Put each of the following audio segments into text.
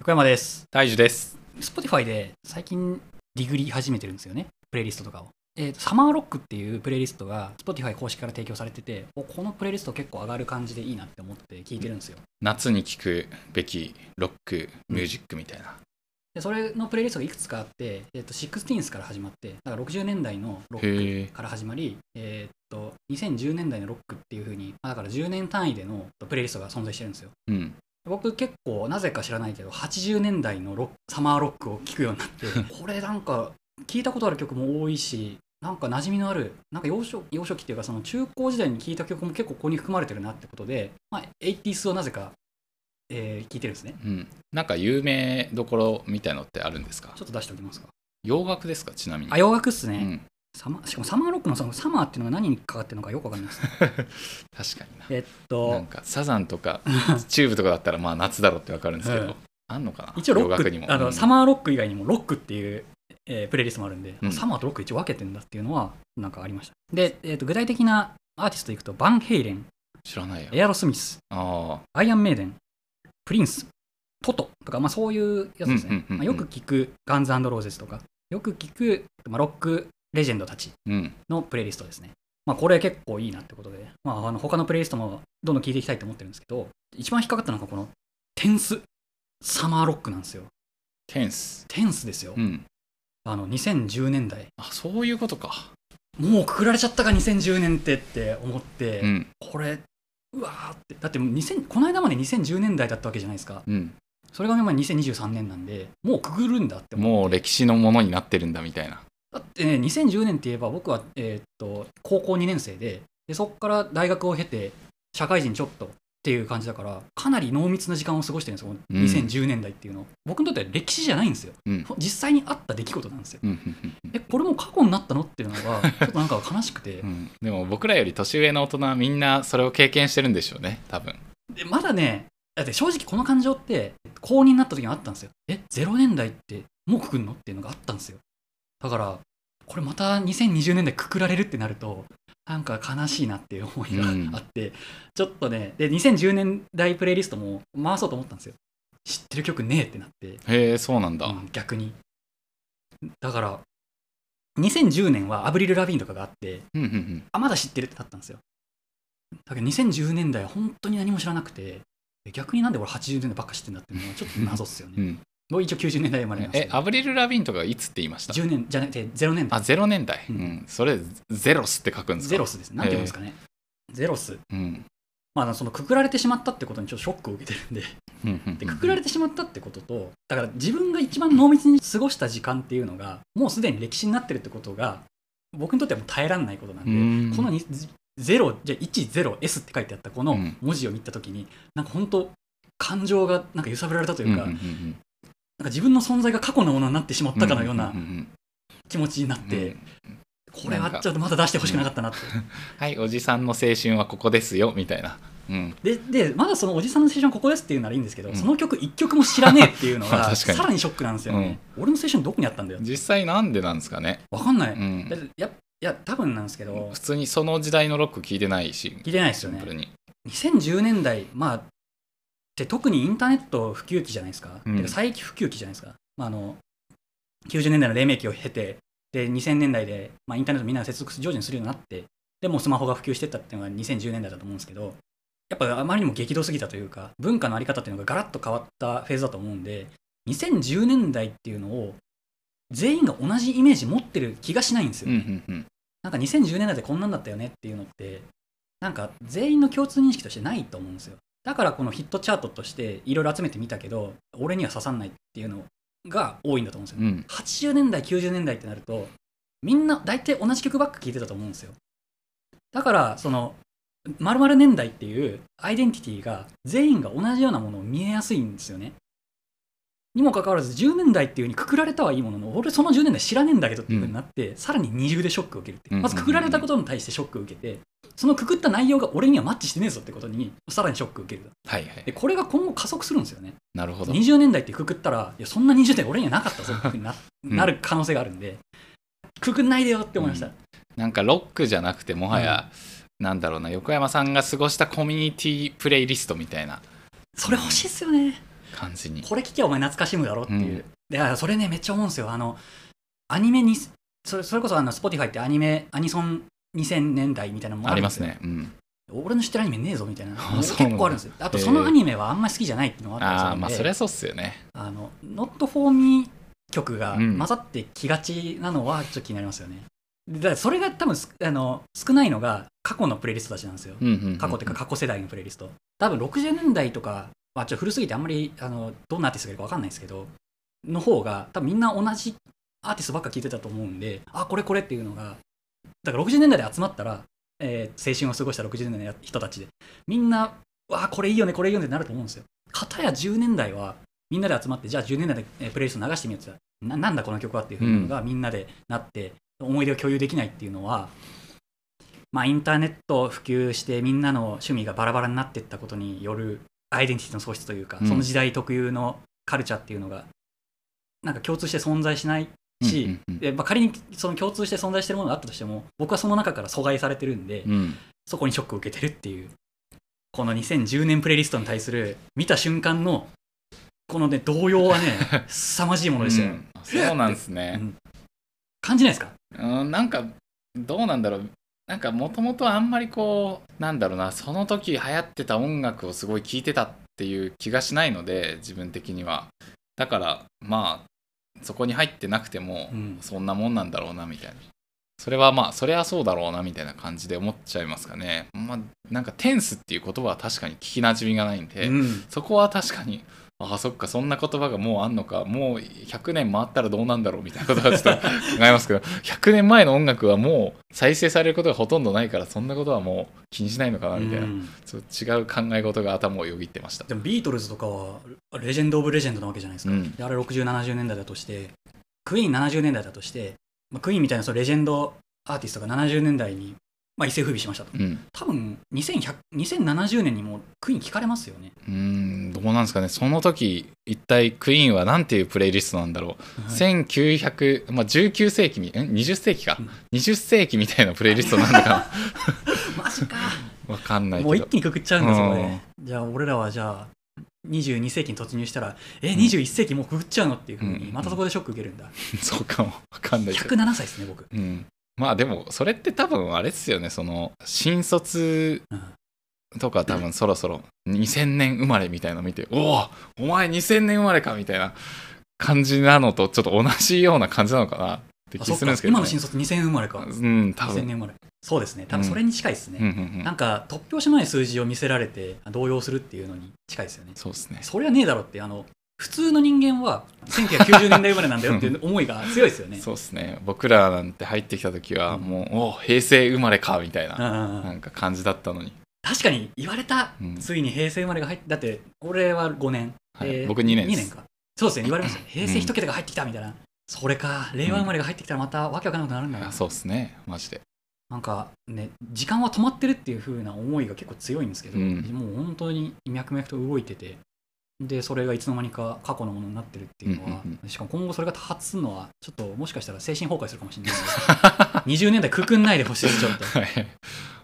横山です。大樹です。 Spotify で最近ディグリ始めてるんですよね。プレイリストとかを。えーとサマーロックっていうプレイリストが Spotify 公式から提供されてて、おこのプレイリスト結構上がる感じでいいなって思って聞いてるんですよ。夏に聴くべきロックミュージックみたいな。でそれのプレイリストがいくつかあって、えー、と 16s から始まって、だから60年代のロックへえ。から始まり、えーっと2010年代のロックっていう風に、まあだから10年単位でのプレイリストが存在してるんですよ。うん。僕結構なぜか知らないけど80年代のロックサマーロックを聴くようになって これなんか聞いたことある曲も多いしなんか馴染みのあるなんか幼少幼少期っていうかその中高時代に聴いた曲も結構ここに含まれてるなってことで、まあ、80s をなぜか、えー、聴いてるんですねうん。なんか有名どころみたいのってあるんですかちょっと出しておきますか洋楽ですかちなみに。あ洋楽っすね、うん。サマしかもサマーロックのそのサマーっていうのが何にかかってるのかよくわかんない です確かにな。えっなとんかサザンと かチューブとかだったらまあ夏だろうってわかるんですけうんど。あんのかな一応ロ洋ック楽にも。あの、うんサマーロック以外にもロックっていう、えープレイリストもあるんで、うんサマーとロック一応分けてんだっていうのはなんかありましたで、えー、と具体的なアーティストいくとバンヘイレン知らないよ。エアロスミスあアイアンメイデンプリンストトとか、まあ、そういうやつですうんうねんうんうんまあよく聞くガンズローゼスとかよく聞く、まあ、ロックレジェンドたちあ。うん。のプレイリストですね。まあ、これ結構いいなってことで、まあ、あの他のプレイリストもどんどん聞いていきたいと思ってるんですけど、一番引っかかったのがこの、テンス、サマーロックなんですよ。テンス。テンスですよう。ん。あの、2010年代。あ、そういうことか。もうくくられちゃったか、2010年ってって思って、うん。これ、うわーって。だってもう2000、この間まで2010年代だったわけじゃないですか。うん。それが今2023年なんで、もうくぐるんだって思う。もう歴史のものになってるんだみたいな。だってね、2010年って言えば僕は、えーっと、高校2年生で、で、そこから大学を経て、社会人ちょっとっていう感じだから、かなり濃密な時間を過ごしてるんですよ、うん2010年代っていうの。僕にとっては歴史じゃないんですよ。うん。実際にあった出来事なんですよ。うんうんうんうんえ、これも過去になったのっていうのが、ちょっとなんか悲しく てう、ん、でも僕らより年上の大人はみんなそれを経験してるんでしょうね多分でまだね、だって正直この感情って、高2になった時にあったんですよ。え、0年代ってもうくくんのっていうのがあったんですよ。だから、これまた2020年代くくられるってなると、なんか悲しいなっていう思いがうんあって、ちょっとね、で、2010年代プレイリストも回そうと思ったんですよ。知ってる曲ねえってなって、へえそうなんだ、うん逆に。だから、2010年はアブリル・ラビーンとかがあって、うんうんうん、あまだ知ってるってなったんですよだけど2010年代は本当に何も知らなくてで逆になんで俺80年代ばっか知ってんだっていうのはちょっと謎っすようねん、もう一応90年代生まれなんですえけどアブリル・ラビンとかいつって言いました10年じゃなくて0年あ代ゼロ年代、ううんんそれゼロスって書くんですかゼロスですねなんて言うんですかねゼロスうんまあそのくくられてしまったってことにちょっとショックを受けてるんでうんうんうんでくくられてしまったってこととだから自分が一番濃密に過ごした時間っていうのがもうすでに歴史になってるってことが僕にとってはもう耐えられないことなんでうんこのに0じゃあ 10S って書いてあったこのうん文字を見た時に、なんか本当感情がなんか揺さぶられたとういんううんか,、うんうなんかん自分の存在が過去のものになってしまったかのようなんんん気持ちになって、うんこれはちょっとまだ出してほしくなかったなって、はいおじさんの青春はここですよみたいな、うん、ででまだそのおじさんの青春ここですっていうならいいんですけど、うんその曲一曲も知らねえっていうの まがあ確さかにらにショックなんですよね、俺の青春どこにあったんだよ実際なんでなんですかね、わかんない、うんだ、ってやいや多分なんですけど普通にその時代のロック聞いてないし聞いてないですシよンねプルに2010年代、まあ、って特にインターネット普及期じゃないですか、うんてか再起普及期じゃないですか、まあ、あの90年代の黎明期を経てで2000年代で、まあ、インターネットみんなが接続上手にするようになってでもうスマホが普及してったっていうのが2010年代だと思うんですけどやっぱあまりにも激動すぎたというか文化のあり方っていうのがガラッと変わったフェーズだと思うんで2010年代っていうのを全員が同じイメージ持ってる気がしないんですよ、うんうんうんなんか2010年代でこんなんだったよねっていうのって、なんか全員の共通認識としてないと思うんですよ。だからこのヒットチャートとしていろいろ集めてみたけど、俺には刺さんないっていうのが多いんだと思うんですようね。ん80年代、90年代ってなると、みんな大体同じ曲ばっか聴いてたと思うんですよ。だから、その、〇〇年代っていうアイデンティティが全員が同じようなものを見えやすいんですよね。にもかかわらず10年代っていう風にくくられたはいいものの俺その10年代知らねえんだけどっていう風になって、さらに二重でショックを受けるっていううんうんまずくくられたことに対してショックを受けてそのくくった内容が俺にはマッチしてねえぞってことにさらにショックを受けるはいはいでこれが今後加速するんですよねなるほど20年代ってくくったらいやそんな20代俺にはなかった ぞっていう風にな, 、うんなる可能性があるんでくくんないでよって思いました、うなんかロックじゃなくてもはや、なんだろうな横山さんが過ごしたコミュニティプレイリストみたいなそれ欲しいっすよね感じに。これ聞きゃお前懐かしむだろっていう、うんであそれねめっちゃ思うんですよあのアニメにそれそれこそあの Spotify ってアニメアニソン2000年代みたいなのもあるりんまですすよね。うん。俺の知ってるアニメねえぞみたいなあもうそ結うなんだ構あるんですよあとへえそのアニメはあんまり好きじゃないっていうのがあったああー、りすまあるんそでりゃそうっすよね。あの「Not for me」曲がうん混ざってきがちなのはちょっと気になりますよね、でだからそれが多分すあの少ないのが過去のプレイリストたちなんですようんうんうん。過去っていうか過去世代のプレイリスト多分60年代とかはちょっと古すぎてあんまりあのどんなアーティストがいるか分かんないですけどの方が多分みんな同じアーティストばっか聞いてたと思うんであこれこれっていうのがだから60年代で集まったら、えー青春を過ごした60年代の人たちでみんなわあこれいいよねこれいいよねってなると思うんですよ片や10年代はみんなで集まってじゃあ10年代でえープレイリスト流してみようって言ったらななんだこの曲はっていうふうなのがみんなでなって、思い出を共有できないっていうのはまあ、インターネット普及してみんなの趣味がバラバラになっていったことによるアイデンティティの喪失というか、うんその時代特有のカルチャーっていうのがなんか共通して存在しないし、うんうんでまあ、仮にその共通して存在してるものがあったとしても僕はその中から阻害されてるんで、うんうん。そこにショックを受けてるっていうこの2010年プレイリストに対する見た瞬間のこのね動揺は ね凄まじいものでしたよ、うんそうなんですね。感じないですかうん、なんかどうなんだろうなんかもともとあんまりこうなんだろうなその時流行ってた音楽をすごい聴いてたっていう気がしないので自分的にはだからまあそこに入ってなくてもうんそんなもんなんだろうなみたいなそれはまあそれはそうだろうなみたいな感じで思っちゃいますかねまあなんか「テンス」っていう言葉は確かに聞きなじみがないんで、うんそこは確かにああそっかそんな言葉がもうあんのかもう100年回ったらどうなんだろうみたいなことはちょっと考えますけど100年前の音楽はもう再生されることがほとんどないからそんなことはもう気にしないのかなみたいな、うんちょっと違う考え事が頭をよぎってましたでもビートルズとかはレジェンド・オブ・レジェンドなわけじゃないですか、うんであれ60、70年代だとしてクイーン70年代だとして、まあ、クイーンみたいなそのレジェンドアーティストが70年代に、まあ、一世風靡しましたとうん多分2100 2070年にもうクイーン聞かれますよね、うーんどうなんですかねその時一体クイーンは何ていうプレイリストなんだろう、1900、まあ、19世紀にん20世紀か、うん20世紀みたいなプレイリストなん だか マジかわかんないけもどう一気にくくっちゃうんですようんねじゃあ俺らはじゃあ22世紀に突入したらえ21世紀もうくぐっちゃうのっていうふううにんまたそこでショック受けるんだそうかもわかんないけど107歳ですね僕うん、まあでもそれって多分あれですよねその新卒とか多分そろそろ2000年生まれみたいなの見て「おおお前2000年生まれか」みたいな感じなのとちょっと同じような感じなのかなってあ気そっすかるんですけど、ね、今の新卒2000生まれかうん多2000分年生まれそうですね多分それに近いですね、うんうんうんなんか突拍子もない数字を見せられて動揺するっていうのに近いですよね。そうですねそれはねえだろってあの普通の人間は1990年代生まれなんだよっていう思いが強いですよね。そうですね僕らなんて入ってきた時はもう「おお平成生まれか」みたいうんなうんうなんんか感じだったのに、確かに言われた、うんついに平成生まれが入ってだって俺は5年、はいえー僕2年で二す年かそうですね言われました平成一桁が入ってきたみたいな、それか令和生まれが入ってきたらまたわけわかんなくなるんだよ、あそうですねマジでなんかね時間は止まってるっていう風な思いが結構強いんですけど、うんもう本当に脈々と動いててでそれがいつの間にか過去のものになってるっていうのは、うんうんしかも今後それが多発するのはちょっともしかしたら精神崩壊するかもしれないです 20年代くくんないでほしいですちょっとはい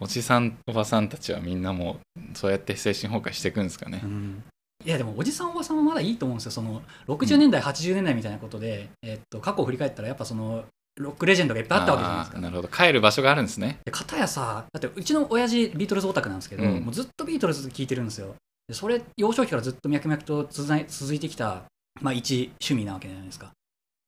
おじさんおばさんたちはみんなもうそうやって精神崩壊していくんですかねうんいやでもおじさんおばさんはまだいいと思うんですよその60年代、80年代みたいなことで、えっと、過去を振り返ったらやっぱそのロックレジェンドがいっぱいあったわけじゃないですあーかなるほど帰る場所があるんですねで片やさだってうちの親父ビートルズオタクなんですけど、うんもうずっとビートルズ聴いてるんですよでそれ幼少期からずっと脈々と続い続いてきた、まあ、一趣味なわけじゃないですか、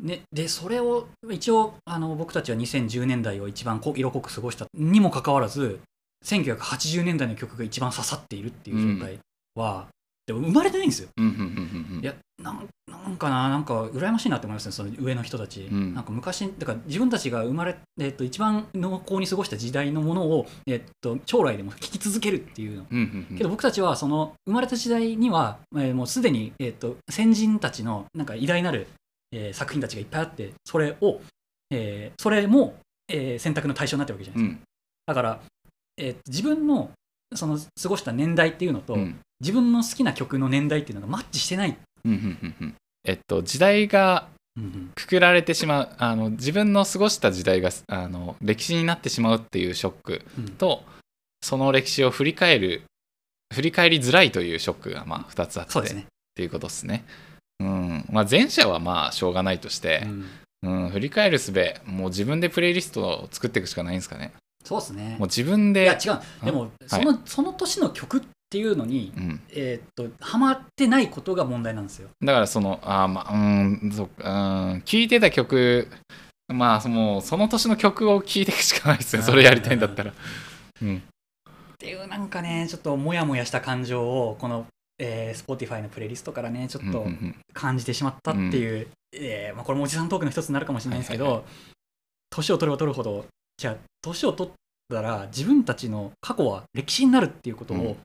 ね、でそれを一応あの僕たちは2010年代を一番こ色濃く過ごしたにもかかわらず1980年代の曲が一番刺さっているっていう状態は、でも生まれてないんですようんうんうんうんいやなんなんかな、なんか羨ましいなって思いますね、その上の人たち。うんなんか昔、だから自分たちが生まれ、えっと一番濃厚に過ごした時代のものを、えっと将来でも聞き続けるっていうの。うんうんうんけど僕たちはその生まれた時代には、えーもうすでに、えっと先人たちのなんか偉大なる、えー作品たちがいっぱいあって、それを、えーそれも、えー選択の対象になってるわけじゃなういですんか。だから、えー自分のその過ごした年代っていうのと、うんうん自分の好きな曲の年代っていうのがマッチしてない。うんうんうんえっと時代がくくられてしまうあの自分の過ごした時代があの歴史になってしまうっていうショックうんとその歴史を振り返る振り返りづらいというショックがまあ2つあってそうですね。っていうことですね。うんまあ、前者はまあしょうがないとして、うん振り返るすべもう自分でプレイリストを作っていくしかないんですかね。そうですねもう自分いやで、違うでもその,、その年の曲っていうのにうん、えーっとハマってないことが問題なんですよだからそのあーまあうーんそううん聴いてた曲まあそのその年の曲を聴いていくしかないですねそれやりたいんだったら。うん、っていうなんかねちょっとモヤモヤした感情をこの、えー、Spotify のプレイリストからねちょうんっうんとうん感じてしまったっていう、えーまあ、これもおじさんトークの一つになるかもしれないんですけはいはど年、を取れば取るほどじゃあ年を取ったら自分たちの過去は歴史になるっていうことを、うん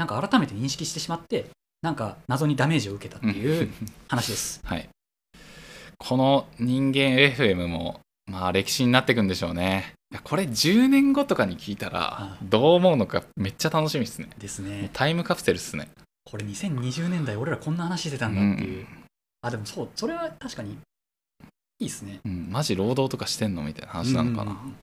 なんか改めて認識してしまってなんか謎にダメージを受けたっていううん話です。はい。この人間 FM も、まあ歴史になっていくんでしょうね。いやこれ10年後とかに聞いたらは、どう思うのかめっちゃ楽しみですね。ですね。タイムカプセルっすね。これ2020年代俺らこんな話してたんだっていう。うんあでもそうそれは確かにいいですね。うん、マジ労働とかしてんのみたいな話なのかうんな。うんうん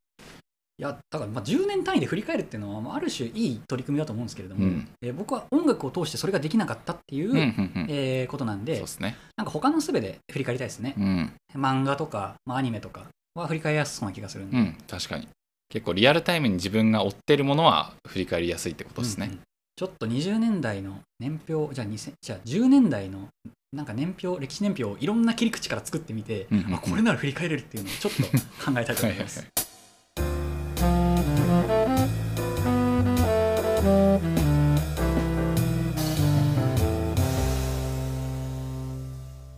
いやだからまあ10年単位で振り返るっていうのはまあある種いい取り組みだと思うんですけれどうん。も、うん、えー僕は音楽を通してそれができなかったっていう、うん、うん。そうえーことなんでですね。なんか他のすべて振り返りたいですねう、ん、漫画とか、まあ、アニメとかは振り返りやすそうな気がするんで、うん、確かに。結構リアルタイムに自分が追ってるものは振り返りやすいってことですうんうね。んちょっと20年代の年表じゃあ2000じゃあ10年代のなんか年表歴史年表をいろんな切り口から作ってみて、うんうんうんあこれなら振り返れるっていうのをちょっと考えたいとは思いはいいはまいす。